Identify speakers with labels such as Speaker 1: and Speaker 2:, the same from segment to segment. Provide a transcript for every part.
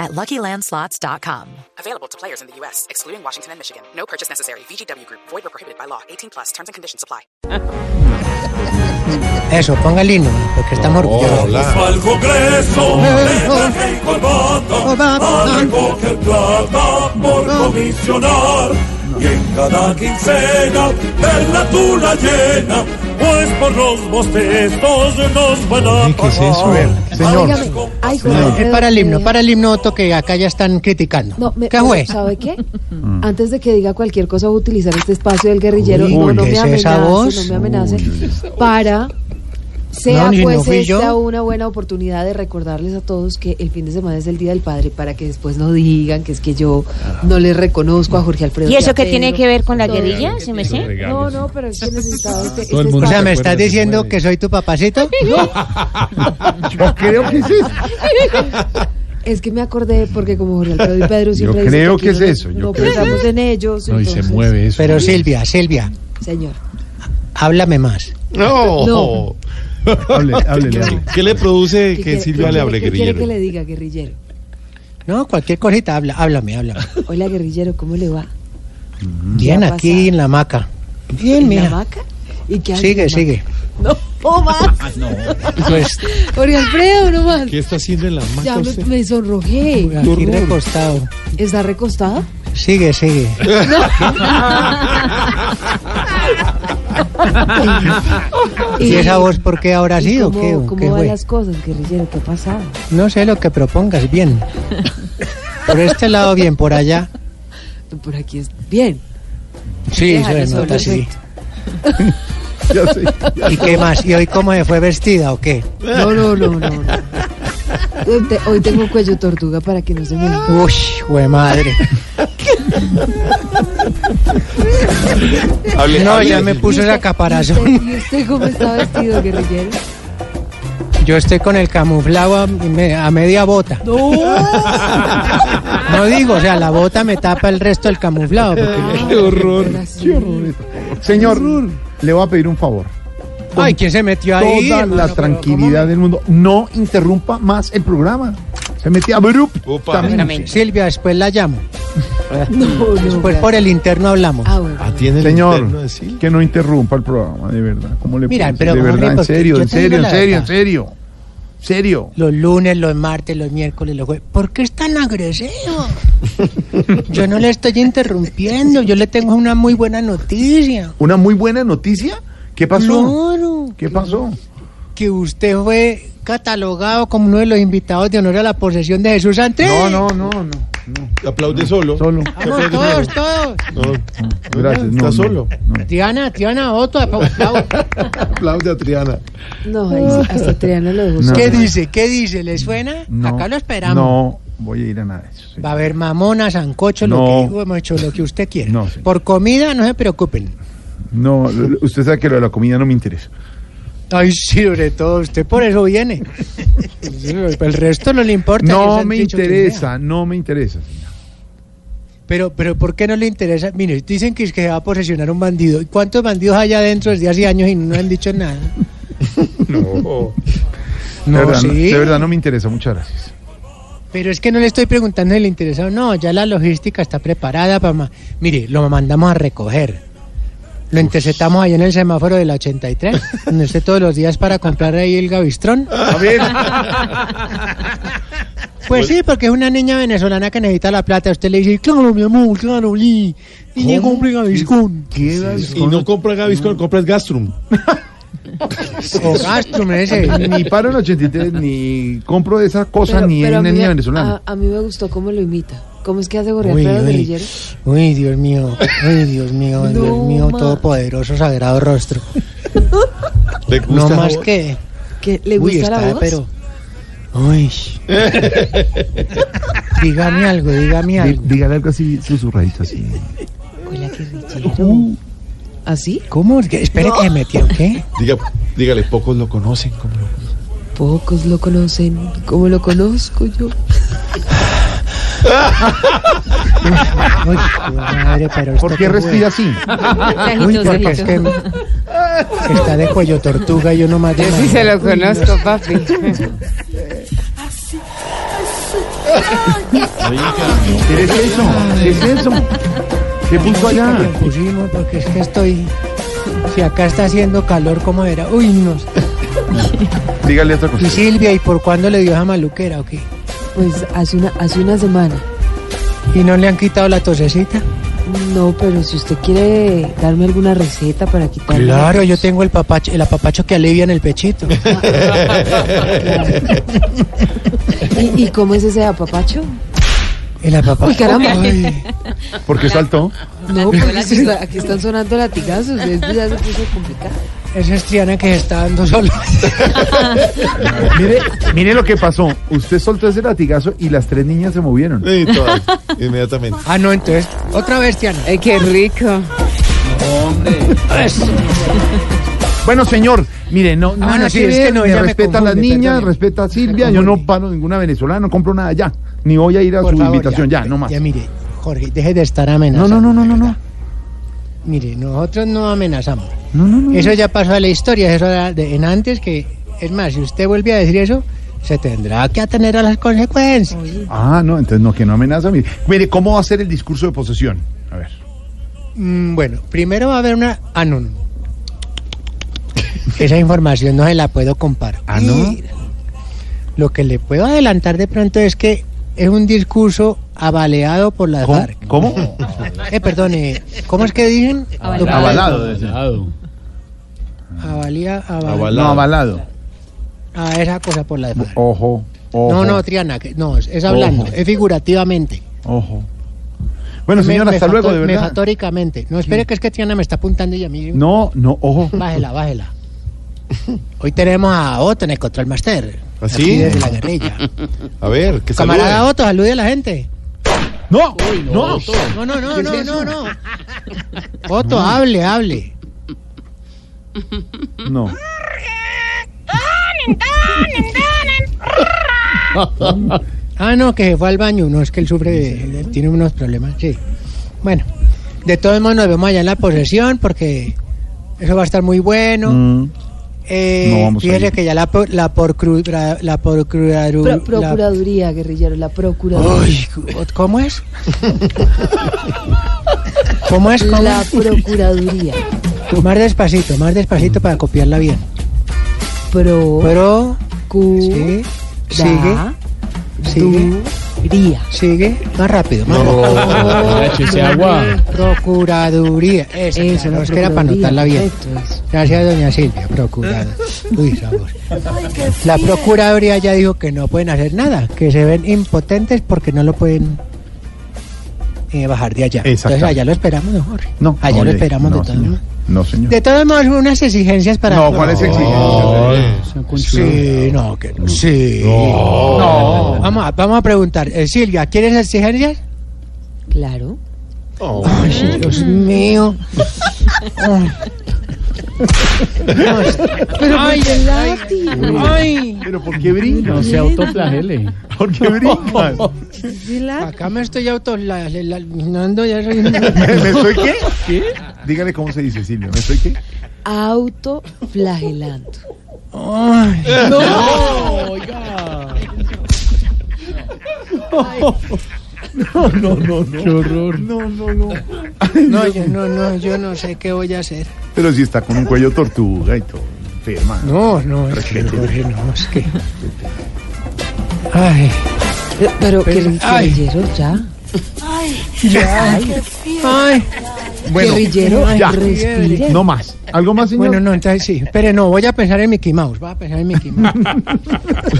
Speaker 1: at luckylandslots.com.
Speaker 2: Available to players in the U.S., excluding Washington and Michigan. No purchase necessary. VGW Group, void or prohibited by law. 18 plus terms and conditions apply.
Speaker 3: Eso, ponga el himno, porque estamos orgullosos.
Speaker 4: Al Congreso me traje y
Speaker 3: "Oh,
Speaker 4: corbata a recoger plata por
Speaker 3: Ah.
Speaker 4: comisionar. Y en cada quincena ver la tula llena, pues por los bostezos nos van a pagar.
Speaker 5: Óigame, ay, Jorge
Speaker 3: Eh,
Speaker 5: Alfredo,
Speaker 3: para el himno,
Speaker 5: eh,
Speaker 3: para el himno, Otto, que acá ya están criticando.
Speaker 5: No, me-
Speaker 3: ¿Qué fue?
Speaker 5: ¿Sabe qué? Antes de que diga cualquier cosa, voy a utilizar este espacio del guerrillero.
Speaker 3: Mm. Uy,
Speaker 5: no, no
Speaker 3: ¿qué
Speaker 5: me
Speaker 3: es
Speaker 5: amenace,
Speaker 3: esa voz?
Speaker 5: no me amenace. Para, sea
Speaker 3: No, ni-
Speaker 5: pues
Speaker 3: no fui yo.
Speaker 5: esta una buena oportunidad de recordarles a todos que el fin de semana es el Día del Padre, para que después no digan que es que yo no les reconozco a Jorge Alfredo.
Speaker 6: ¿Y eso
Speaker 5: a
Speaker 6: qué
Speaker 5: Pedro.
Speaker 6: tiene que ver con la
Speaker 5: Todo.
Speaker 6: guerrilla, se me sé?
Speaker 5: No, no, pero es que necesitaba este, este
Speaker 3: O sea,
Speaker 5: espacio.
Speaker 3: ¿me estás diciendo que soy tu papacito?
Speaker 7: Yo creo que es eso.
Speaker 5: Es que me acordé porque como Jorge Alfredo y Pedro siempre dicen
Speaker 7: creo
Speaker 5: aquí
Speaker 7: que es
Speaker 5: no-
Speaker 7: eso, yo
Speaker 5: No
Speaker 7: creo que es
Speaker 5: pensamos en ellos.
Speaker 7: No, y se
Speaker 5: entonces,
Speaker 7: mueve eso.
Speaker 3: Pero Silvia, Silvia,
Speaker 5: Señor.
Speaker 3: háblame más.
Speaker 7: No.
Speaker 5: No.
Speaker 7: Háblele, háblele, háblele.
Speaker 8: ¿Qué le produce
Speaker 5: ¿Qué
Speaker 8: que
Speaker 5: quiere-
Speaker 8: Silvia
Speaker 5: qué
Speaker 8: le
Speaker 5: quiere-
Speaker 8: hable
Speaker 5: ¿Qué quiere que
Speaker 8: guerrillero?
Speaker 5: le diga, guerrillero?
Speaker 3: No, cualquier cosita, habla, háblame, háblame.
Speaker 5: Hola, guerrillero, ¿cómo le va?
Speaker 3: Bien,
Speaker 5: ha
Speaker 3: aquí
Speaker 5: pasado?
Speaker 3: en la hamaca. Bien,
Speaker 5: ¿En la
Speaker 3: mira.
Speaker 5: hamaca? ¿Y qué hace en
Speaker 3: Sigue,
Speaker 5: la
Speaker 3: sigue.
Speaker 5: hamaca? No, más.
Speaker 3: Pues,
Speaker 5: Jorge Alfredo, no más.
Speaker 8: ¿Qué está haciendo en la
Speaker 5: Ya
Speaker 8: hamaca
Speaker 5: me,
Speaker 8: usted?
Speaker 5: me sonrojé.
Speaker 3: aquí recostado.
Speaker 5: ¿Está recostado?
Speaker 3: Sigue, sigue. ¿Y esa voz por qué ahora
Speaker 5: ¿Y
Speaker 3: sí o
Speaker 5: cómo-
Speaker 3: qué? o
Speaker 5: ¿Cómo
Speaker 3: qué
Speaker 5: van
Speaker 3: fue?
Speaker 5: las cosas, guerrillero? ¿Qué ha pasado?
Speaker 3: No sé lo que propongas, bien. Por este lado, bien, por allá.
Speaker 5: Por aquí es bien.
Speaker 3: Sí,
Speaker 5: Déjalo
Speaker 3: se
Speaker 5: solo,
Speaker 3: nota, sí.
Speaker 5: perfecto.
Speaker 7: Ya sé.
Speaker 3: ¿Y qué más? ¿Y hoy cómo se fue vestida o qué?
Speaker 5: No, no, no, no. no. Hoy te- Hoy tengo cuello tortuga para que no se me... note.
Speaker 3: Uy, jue madre.
Speaker 8: Hable,
Speaker 3: No,
Speaker 8: hable,
Speaker 3: ya me
Speaker 8: Silvia.
Speaker 3: puso esa caparazón.
Speaker 5: ¿Y usted cómo está vestido, guerrillero?
Speaker 3: Yo estoy con el camuflado a, me- a media bota.
Speaker 5: ¡No!
Speaker 3: No digo, o sea, la bota me tapa el resto del camuflado. porque-
Speaker 8: Qué horror.
Speaker 7: Qué horror. Señor, le voy a pedir un favor.
Speaker 3: Ay, ¿quién se metió ahí?
Speaker 7: Toda
Speaker 3: hermano?
Speaker 7: la
Speaker 3: Pero
Speaker 7: tranquilidad del mundo. No interrumpa más el programa. Se metía abruptamente.
Speaker 3: ¿cómo? Silvia, después la llamo.
Speaker 5: No, no.
Speaker 3: Después Pues por el interno hablamos.
Speaker 5: Ah, bueno.
Speaker 8: Atiende el interno
Speaker 7: Señor,
Speaker 8: de Silvia.
Speaker 7: que no interrumpa el programa, de verdad. ¿Cómo le
Speaker 3: Mira,
Speaker 7: puedo decir?
Speaker 3: pero,
Speaker 7: De
Speaker 3: hombre,
Speaker 7: verdad, en
Speaker 3: porque
Speaker 7: serio,
Speaker 3: yo
Speaker 7: en
Speaker 3: te digo
Speaker 7: serio, en
Speaker 3: la
Speaker 7: serio, en
Speaker 3: verdad.
Speaker 7: serio. Serio.
Speaker 3: Los lunes, los martes, los miércoles, los jueves. ¿Por qué es tan agresivo? Yo no le estoy interrumpiendo. Yo le tengo una muy buena noticia.
Speaker 7: Una muy buena noticia. ¿Qué pasó?
Speaker 3: Claro,
Speaker 7: ¿Qué pasó?
Speaker 3: que usted fue catalogado como uno de los invitados de honor a la posesión de Jesús antes.
Speaker 7: No, no, no, no.
Speaker 8: Aplaude solo.
Speaker 7: Solo.
Speaker 3: Vamos, todos, todos.
Speaker 8: No,
Speaker 7: Gracias. no,
Speaker 8: está
Speaker 7: no,
Speaker 8: solo.
Speaker 7: no.
Speaker 3: Diana, Diana, Otto, aplauso.
Speaker 8: Aplaude a Triana.
Speaker 5: No, ahí sí, hasta Triana lo dejó.
Speaker 7: No.
Speaker 3: ¿Qué dice? ¿Qué dice? ¿Le suena?
Speaker 7: No,
Speaker 3: Acá lo esperamos.
Speaker 7: No, voy a ir a nada de eso. sí.
Speaker 3: Va a haber mamona, sancocho, lo
Speaker 7: No.
Speaker 3: que digo, macho, lo que usted quiera.
Speaker 7: No, sí.
Speaker 3: Por comida, no se preocupen.
Speaker 7: No, lo- lo- usted sabe que lo de la comida no me interesa.
Speaker 3: Ay, sí, sobre todo, usted por eso viene. Pues El resto no le importa. que
Speaker 7: No
Speaker 3: se han
Speaker 7: me
Speaker 3: dicho que
Speaker 7: interesa, no me interesa. señora.
Speaker 3: sea. Pero, pero, ¿por qué no le interesa? Mire, dicen que es que se va a posesionar un bandido. ¿Y cuántos bandidos hay adentro desde hace años y no han dicho nada?
Speaker 8: No.
Speaker 3: No,
Speaker 7: de, verdad, no-
Speaker 3: sí.
Speaker 7: de verdad no me interesa, muchas gracias.
Speaker 3: Pero es que no le estoy preguntando si le interesa o no. Ya la logística está preparada para... ma- Mire, lo mandamos a recoger. Lo interceptamos ahí en el semáforo de la 83, donde esté todos los días para comprar ahí el gavistrón.
Speaker 7: A ver,
Speaker 3: Pues sí, porque es una niña venezolana que necesita la plata. Usted le dice, claro, mi amor, claro, Lee. Niña,
Speaker 7: ¿Cómo?
Speaker 3: compre gaviscón.
Speaker 7: queda
Speaker 8: Y no compra Gaviscon, compras Gastrum.
Speaker 3: O Gastrum, ese.
Speaker 7: ni paro en 83, ni compro de esas cosas,
Speaker 5: Pero-
Speaker 7: ni
Speaker 5: pero
Speaker 7: en
Speaker 5: a mí
Speaker 7: niña
Speaker 5: me-
Speaker 3: ah,
Speaker 7: venezolana.
Speaker 5: A, a mí me gustó cómo lo imita. ¿Cómo es que hace Jorge
Speaker 3: Uy,
Speaker 5: Alfredo
Speaker 3: uy,
Speaker 5: Guerrillero?
Speaker 3: uy, Dios mío, uy, Dios mío,
Speaker 5: No,
Speaker 3: Dios mío,
Speaker 5: ma.
Speaker 3: todopoderoso, sagrado rostro.
Speaker 8: ¿Le
Speaker 3: No
Speaker 8: gusta?
Speaker 3: más que...
Speaker 5: ¿Que ¿Le
Speaker 3: Uy,
Speaker 5: gusta
Speaker 3: está,
Speaker 5: la voz?
Speaker 3: pero. Uy. dígame algo, dígame
Speaker 7: Dí-
Speaker 3: algo.
Speaker 7: Dígale algo así, susurradito así.
Speaker 5: Hola, Guerrillero. ¿Así?
Speaker 3: ¿Cómo? ¿Qué? Espere que me metió, ¿qué?
Speaker 8: Diga, dígale, pocos lo conocen. como lo-
Speaker 5: Pocos lo conocen como lo conozco yo.
Speaker 3: Uy, su madre, pero
Speaker 7: ¿Por qué respira así?
Speaker 3: Ah, Uy, porque es que me- está de cuello tortuga y yo no más de
Speaker 6: Sí se
Speaker 3: manera.
Speaker 6: lo conozco, papi.
Speaker 7: ¿Qué es eso? ¿Qué es eso? ¿Qué puso allá?
Speaker 3: Le pusimos porque es que estoy... Si acá está haciendo calor, ¿cómo era? Uy, no.
Speaker 7: Dígale otra cosa.
Speaker 3: Y Silvia, ¿y por cuándo le dio esa maluquera o qué?
Speaker 5: Pues hace una, hace una semana.
Speaker 3: ¿Y no le han quitado la tosecita?
Speaker 5: No, pero si usted quiere darme alguna receta para quitar.
Speaker 3: Claro, yo tengo el papacho, el apapacho que alivia en el pechito.
Speaker 5: ¿Y, y cómo es ese apapacho?
Speaker 3: El apapacho.
Speaker 5: Uy, caramba.
Speaker 3: Ay,
Speaker 7: ¿Por qué saltó?
Speaker 5: No, porque aquí, está- aquí están sonando latigazos. Esto ya se puso complicado.
Speaker 3: esa es Triana que se está dando solo.
Speaker 7: Mire, mire lo que pasó. Usted soltó ese latigazo y las tres niñas se movieron.
Speaker 8: Sí, todas, inmediatamente.
Speaker 3: Ah, no, entonces, otra vez, Triana.
Speaker 6: Ay, qué rico.
Speaker 7: Bueno, señor, mire, no, no,
Speaker 3: Ah, no,
Speaker 7: no,
Speaker 3: sí, es que no, ya me
Speaker 7: respeta a las
Speaker 3: confunde,
Speaker 7: niñas,
Speaker 3: perdone.
Speaker 7: respeta a Silvia,
Speaker 3: Me
Speaker 7: yo no
Speaker 3: confunde.
Speaker 7: paro ninguna venezolana, no compro nada ya, ni voy a ir a
Speaker 3: Por
Speaker 7: su
Speaker 3: favor,
Speaker 7: invitación ya, no más.
Speaker 3: Ya, mire, Jorge, deje de estar
Speaker 7: No,
Speaker 3: amenazando.
Speaker 7: no, no, no, no,
Speaker 3: de
Speaker 7: no,
Speaker 3: verdad. Mire, nosotros no amenazamos.
Speaker 7: no, no, no.
Speaker 3: Eso ya pasó a la historia, eso era de- en antes que... Es más, si usted vuelve a decir eso, se tendrá que atener a las consecuencias.
Speaker 7: Ah, no, entonces no, que no amenaza, mire. Mire, ¿cómo va a ser el discurso de posesión? A ver.
Speaker 3: Mm, bueno, primero va a haber una... Ah, no, no. Esa información no se la puedo compartir.
Speaker 7: Ah, ¿no?
Speaker 3: Lo que le puedo adelantar de pronto es que es un discurso avaleado por las
Speaker 7: ¿Cómo?
Speaker 3: FARC.
Speaker 7: ¿Cómo?
Speaker 3: Eh, perdone, ¿cómo es que dicen?
Speaker 7: Avalado. debe ser.
Speaker 3: Avalía, aval-
Speaker 7: No, avalado.
Speaker 3: Ah, esa cosa por las FARC.
Speaker 7: Ojo, ojo.
Speaker 3: No, no, Triana, que- no, es, es hablando,
Speaker 7: Ojo.
Speaker 3: es figurativamente.
Speaker 7: Ojo. Bueno, señor,
Speaker 3: Me-
Speaker 7: hasta luego,
Speaker 3: mefato-
Speaker 7: de verdad.
Speaker 3: Mefatóricamente. No, espere que es que Triana me está apuntando y a mí...
Speaker 7: No, no, ojo.
Speaker 3: Bájela, bájela. Hoy tenemos a Otto en el Control Master.
Speaker 8: ¿Ah, sí?
Speaker 3: Aquí desde la guerrilla.
Speaker 8: A ver, que
Speaker 3: Camarada
Speaker 8: salude.
Speaker 3: Otto, salude a la gente.
Speaker 7: No, no.
Speaker 3: No, no, no, no, no, no. Otto, hable, hable.
Speaker 7: No.
Speaker 3: Ah, no, que se fue al baño. No, es que él sufre de, de- Tiene unos problemas, sí. Bueno, de todos modos nos vemos allá en la posesión porque eso va a estar muy bueno.
Speaker 7: Mm.
Speaker 3: Eh,
Speaker 7: No vamos a
Speaker 3: fíjese
Speaker 7: ir.
Speaker 3: que ya la, por- la, procura- la procuraru-
Speaker 5: Pro-
Speaker 3: la-
Speaker 5: procuraduría, guerrillero, la procuraduría.
Speaker 3: Uy, ¿cómo es? ¿Cómo es? ¿Cómo
Speaker 5: La
Speaker 3: es?
Speaker 5: procuraduría.
Speaker 3: Más despacito, más despacito para copiarla bien.
Speaker 5: Pro.
Speaker 3: Pero,
Speaker 5: cu-
Speaker 3: sí, sigue,
Speaker 5: da-
Speaker 3: sigue,
Speaker 5: ría.
Speaker 3: sigue, más rápido, más rápido. Procuraduría, eso,
Speaker 5: Eso,
Speaker 3: eso
Speaker 5: la
Speaker 3: nos queda para
Speaker 5: procuraduría,
Speaker 3: anotarla bien.
Speaker 5: perfecto, eso.
Speaker 3: Gracias, doña Silvia, procuradora. Uy, sabor. La procuraduría ya dijo que no pueden hacer nada, que se ven impotentes porque no lo pueden eh, bajar de allá. Entonces
Speaker 7: Exactamente.
Speaker 3: allá lo esperamos, ¿no, Jorge?
Speaker 7: No.
Speaker 3: allá
Speaker 7: no,
Speaker 3: Ah, lo
Speaker 7: le-
Speaker 3: esperamos
Speaker 7: no,
Speaker 3: de todos
Speaker 7: señor.
Speaker 3: modos.
Speaker 7: No, señor.
Speaker 3: De todos modos, unas exigencias para...
Speaker 7: No, ¿cuál es
Speaker 3: Sí, no, que no. Sí.
Speaker 7: No.
Speaker 3: Vamos, a, vamos a preguntar. Eh, Silvia, ¿quieres exigencias?
Speaker 5: Claro.
Speaker 3: Ay, Dios mío. Ay. Ay, el Ay.
Speaker 7: ¿Pero por qué brinca? No se autoflagele. ¿Por qué brincas?
Speaker 3: Acá me estoy autolaminando. Ya soy...
Speaker 7: ¿Me, me estoy qué? ¿Qué? Dígale cómo se dice, Silvia. ¿Me estoy qué?
Speaker 5: Autoflagelando.
Speaker 3: Ay.
Speaker 7: No, no, no.
Speaker 3: No, yo no, no, yo no sé qué voy a hacer.
Speaker 7: Pero si está con un cuello tortuga y todo. Enferma.
Speaker 3: No, no, es que Jorge, no, es que. Ay.
Speaker 5: Pero, pero que
Speaker 3: Pero- ay.
Speaker 5: guerrillero ya.
Speaker 3: Ay.
Speaker 7: Bueno,
Speaker 5: guerrillero, ay,
Speaker 7: ya.
Speaker 5: respire.
Speaker 7: No más. ¿Algo más, señor?
Speaker 3: Bueno, no, entonces sí. Pero no, voy a pensar en Mickey Mouse. Voy a pensar en Mickey Mouse.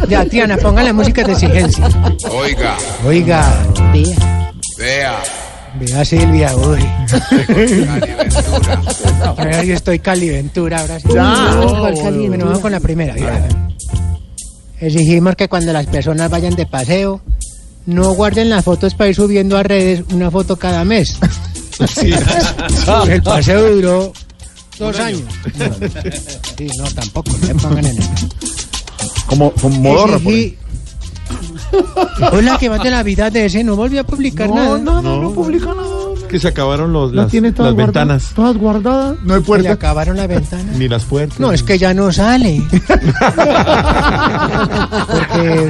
Speaker 3: ya, Tiana, ponga la música de exigencia.
Speaker 9: Oiga,
Speaker 3: Oiga,
Speaker 5: Vea.
Speaker 9: vea,
Speaker 3: vea Silvia, uy.
Speaker 9: Ventura.
Speaker 3: Ahora yo estoy Caliventura, ahora sí.
Speaker 7: Ya. Oh.
Speaker 5: ¿Cuál
Speaker 3: Bueno, vamos
Speaker 5: calientura?
Speaker 3: con la primera. ya. Exigimos que cuando las personas vayan de paseo, no guarden las fotos para ir subiendo a redes una foto cada mes. El paseo duró Dos años. Sí, no, tampoco. No me pongan en eso.
Speaker 7: Como, como modorra. por
Speaker 3: Exigí-
Speaker 7: ahí.
Speaker 3: Hola, que va de Navidad de ese. No volvió a publicar nada.
Speaker 7: no, no publica nada.
Speaker 8: Que se acabaron los,
Speaker 7: La
Speaker 8: las,
Speaker 7: tiene todas
Speaker 8: las
Speaker 7: guardadas,
Speaker 8: ventanas.
Speaker 7: Todas guardadas. No hay
Speaker 3: Se le
Speaker 7: puerta.
Speaker 3: acabaron las ventanas.
Speaker 8: Ni las puertas.
Speaker 3: No, es que ya no sale. Porque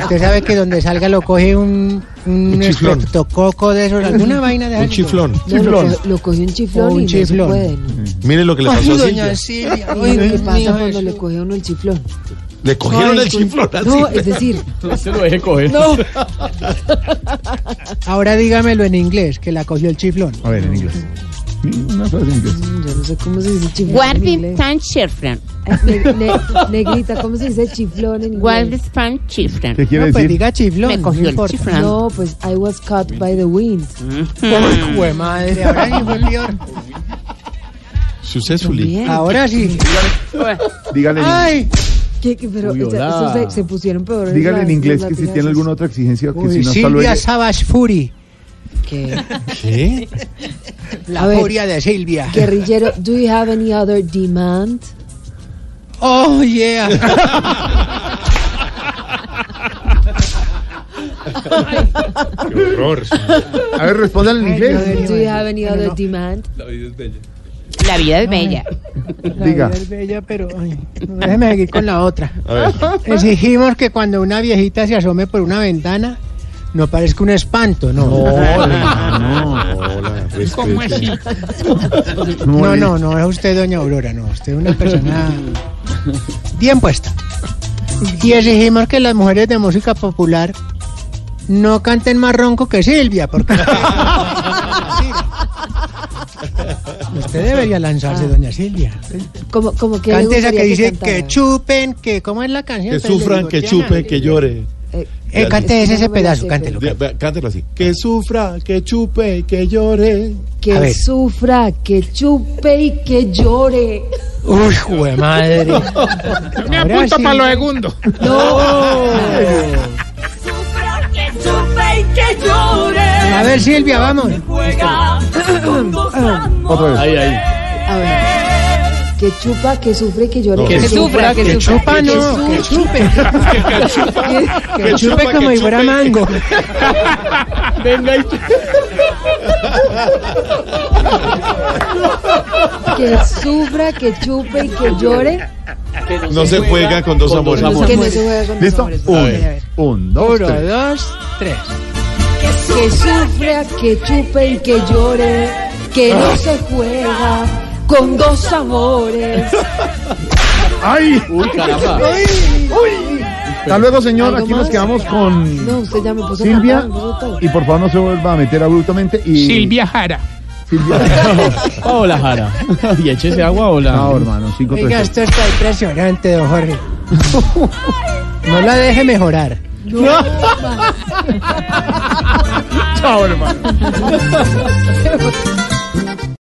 Speaker 3: usted sabe que donde salga lo coge un, un,
Speaker 8: Un chiflón.
Speaker 3: estreptococo de esos, alguna vaina de
Speaker 8: Un
Speaker 3: algo.
Speaker 8: chiflón.
Speaker 5: No,
Speaker 7: Chiflón.
Speaker 5: Lo, co- lo coge un chiflón
Speaker 3: O un
Speaker 5: y
Speaker 3: chiflón.
Speaker 5: no se puede. ¿no?
Speaker 8: Mire lo que le
Speaker 3: Ay,
Speaker 8: pasó a
Speaker 3: doña
Speaker 8: Silvia.
Speaker 3: Silvia.
Speaker 5: Y
Speaker 3: Ay,
Speaker 5: lo que
Speaker 3: Dios
Speaker 5: pasa
Speaker 3: mío,
Speaker 5: cuando
Speaker 3: eso.
Speaker 5: le coge a uno el chiflón?
Speaker 8: Le cogieron
Speaker 5: Ay,
Speaker 8: el
Speaker 5: con-
Speaker 8: chiflón a
Speaker 5: No,
Speaker 8: Silvia.
Speaker 5: es decir,
Speaker 3: Ahora dígamelo en inglés, que la cogió el chiflón.
Speaker 7: A ver, en inglés. Una frase en inglés.
Speaker 5: mm, yo no sé cómo se dice chiflón en
Speaker 6: Warby
Speaker 5: inglés.
Speaker 6: Pan Chifren.
Speaker 5: Ne- ne- negrita, ¿cómo se dice chiflón en
Speaker 6: Warby
Speaker 5: inglés?
Speaker 6: Pan Chifren.
Speaker 7: ¿Qué quiere
Speaker 3: no, pues
Speaker 7: decir?
Speaker 3: diga chiflón.
Speaker 6: Me
Speaker 3: no
Speaker 6: cogió el
Speaker 3: importa.
Speaker 6: chiflón.
Speaker 5: No, pues I was caught by the wind.
Speaker 3: Uy, jue madre, ahora sí fue peor.
Speaker 8: Susesuli.
Speaker 3: Ahora sí.
Speaker 7: Dígale, en-
Speaker 3: Ay,
Speaker 5: ¿Qué, qué, pero o sea, eso se, se pusieron peor.
Speaker 7: dígale en inglés que si tiene alguna otra exigencia que si
Speaker 3: uy,
Speaker 7: no hasta luego.
Speaker 3: Silvia Savage Fury.
Speaker 8: ¿Qué?
Speaker 5: A
Speaker 3: La
Speaker 5: ver.
Speaker 3: furia de Silvia.
Speaker 5: Guerrillero, do you have any other demand?
Speaker 3: Oh, yeah.
Speaker 8: Horror.
Speaker 7: A ver, respondan en inglés.
Speaker 5: Do you have any other demand?
Speaker 6: La vida es bella.
Speaker 7: Diga.
Speaker 3: La vida es bella, pero ay, déjeme seguir con la otra.
Speaker 8: A ver.
Speaker 3: Exigimos que cuando una viejita se asome por una ventana, no parezca un espanto, no.
Speaker 8: Hola. ¿Cómo es?
Speaker 3: No, no, no es usted, doña Aurora, no. Usted es una persona bien puesta. Y exigimos que las mujeres de música popular no canten más ronco que Silvia, porque. Usted debería lanzarse, doña Silvia.
Speaker 5: Como, como que le
Speaker 3: Cante esa
Speaker 5: gustaría
Speaker 3: que dice
Speaker 5: cantara?
Speaker 3: que chupen, que. ¿Cómo es la canción? Pues,
Speaker 8: Que
Speaker 3: Pero le
Speaker 8: sufran,
Speaker 3: digo,
Speaker 8: que
Speaker 3: Diana,
Speaker 8: chupen, que llore.
Speaker 5: Eh,
Speaker 3: Eh, cante ese, ese pedazo, cántelo.
Speaker 8: Ya, vea, Cántelo así. Que sufra, que chupe, que llore.
Speaker 5: que
Speaker 3: A ver.
Speaker 5: sufra, que chupe y que llore.
Speaker 3: Uy, jue madre. Me apunto para lo segundo. No. A ver, Silvia, vamos.
Speaker 7: Otra vez.
Speaker 5: A ver. Que chupa, que sufre, que llore.
Speaker 8: No,
Speaker 5: que
Speaker 8: que
Speaker 6: sufra, que
Speaker 3: Que
Speaker 6: sufra.
Speaker 3: chupa, no. Que chupe. Que- Que chupe como si fuera mango.
Speaker 5: que sufra, que chupe y que llore.
Speaker 8: No se juega con dos amores.
Speaker 5: Que no se juega con los
Speaker 7: ¿Listo?
Speaker 5: hombres.
Speaker 7: Un, un, dos,
Speaker 3: Uno,
Speaker 7: tres.
Speaker 3: dos, tres.
Speaker 5: Que sufra, que chupe y que llore. Que no se juega con dos amores.
Speaker 7: ¡Ay! ¡Uy, caramba! ¡Uy! Hasta luego, señor.
Speaker 5: ¿Algo
Speaker 7: Aquí nos
Speaker 5: más?
Speaker 7: quedamos con
Speaker 5: No, usted ya me puso
Speaker 7: Silvia.
Speaker 5: fatal, me puso todo.
Speaker 7: Y por favor, no se vuelva a meter abruptamente. Y... Silvia Jara. Silvia Jara. Hola, Jara. ¿Y échese agua o la.? No, hermano, cinco,
Speaker 3: Oiga,
Speaker 7: tres.
Speaker 3: esto está impresionante, don Jorge. No la deje mejorar.
Speaker 7: Chao, hermano.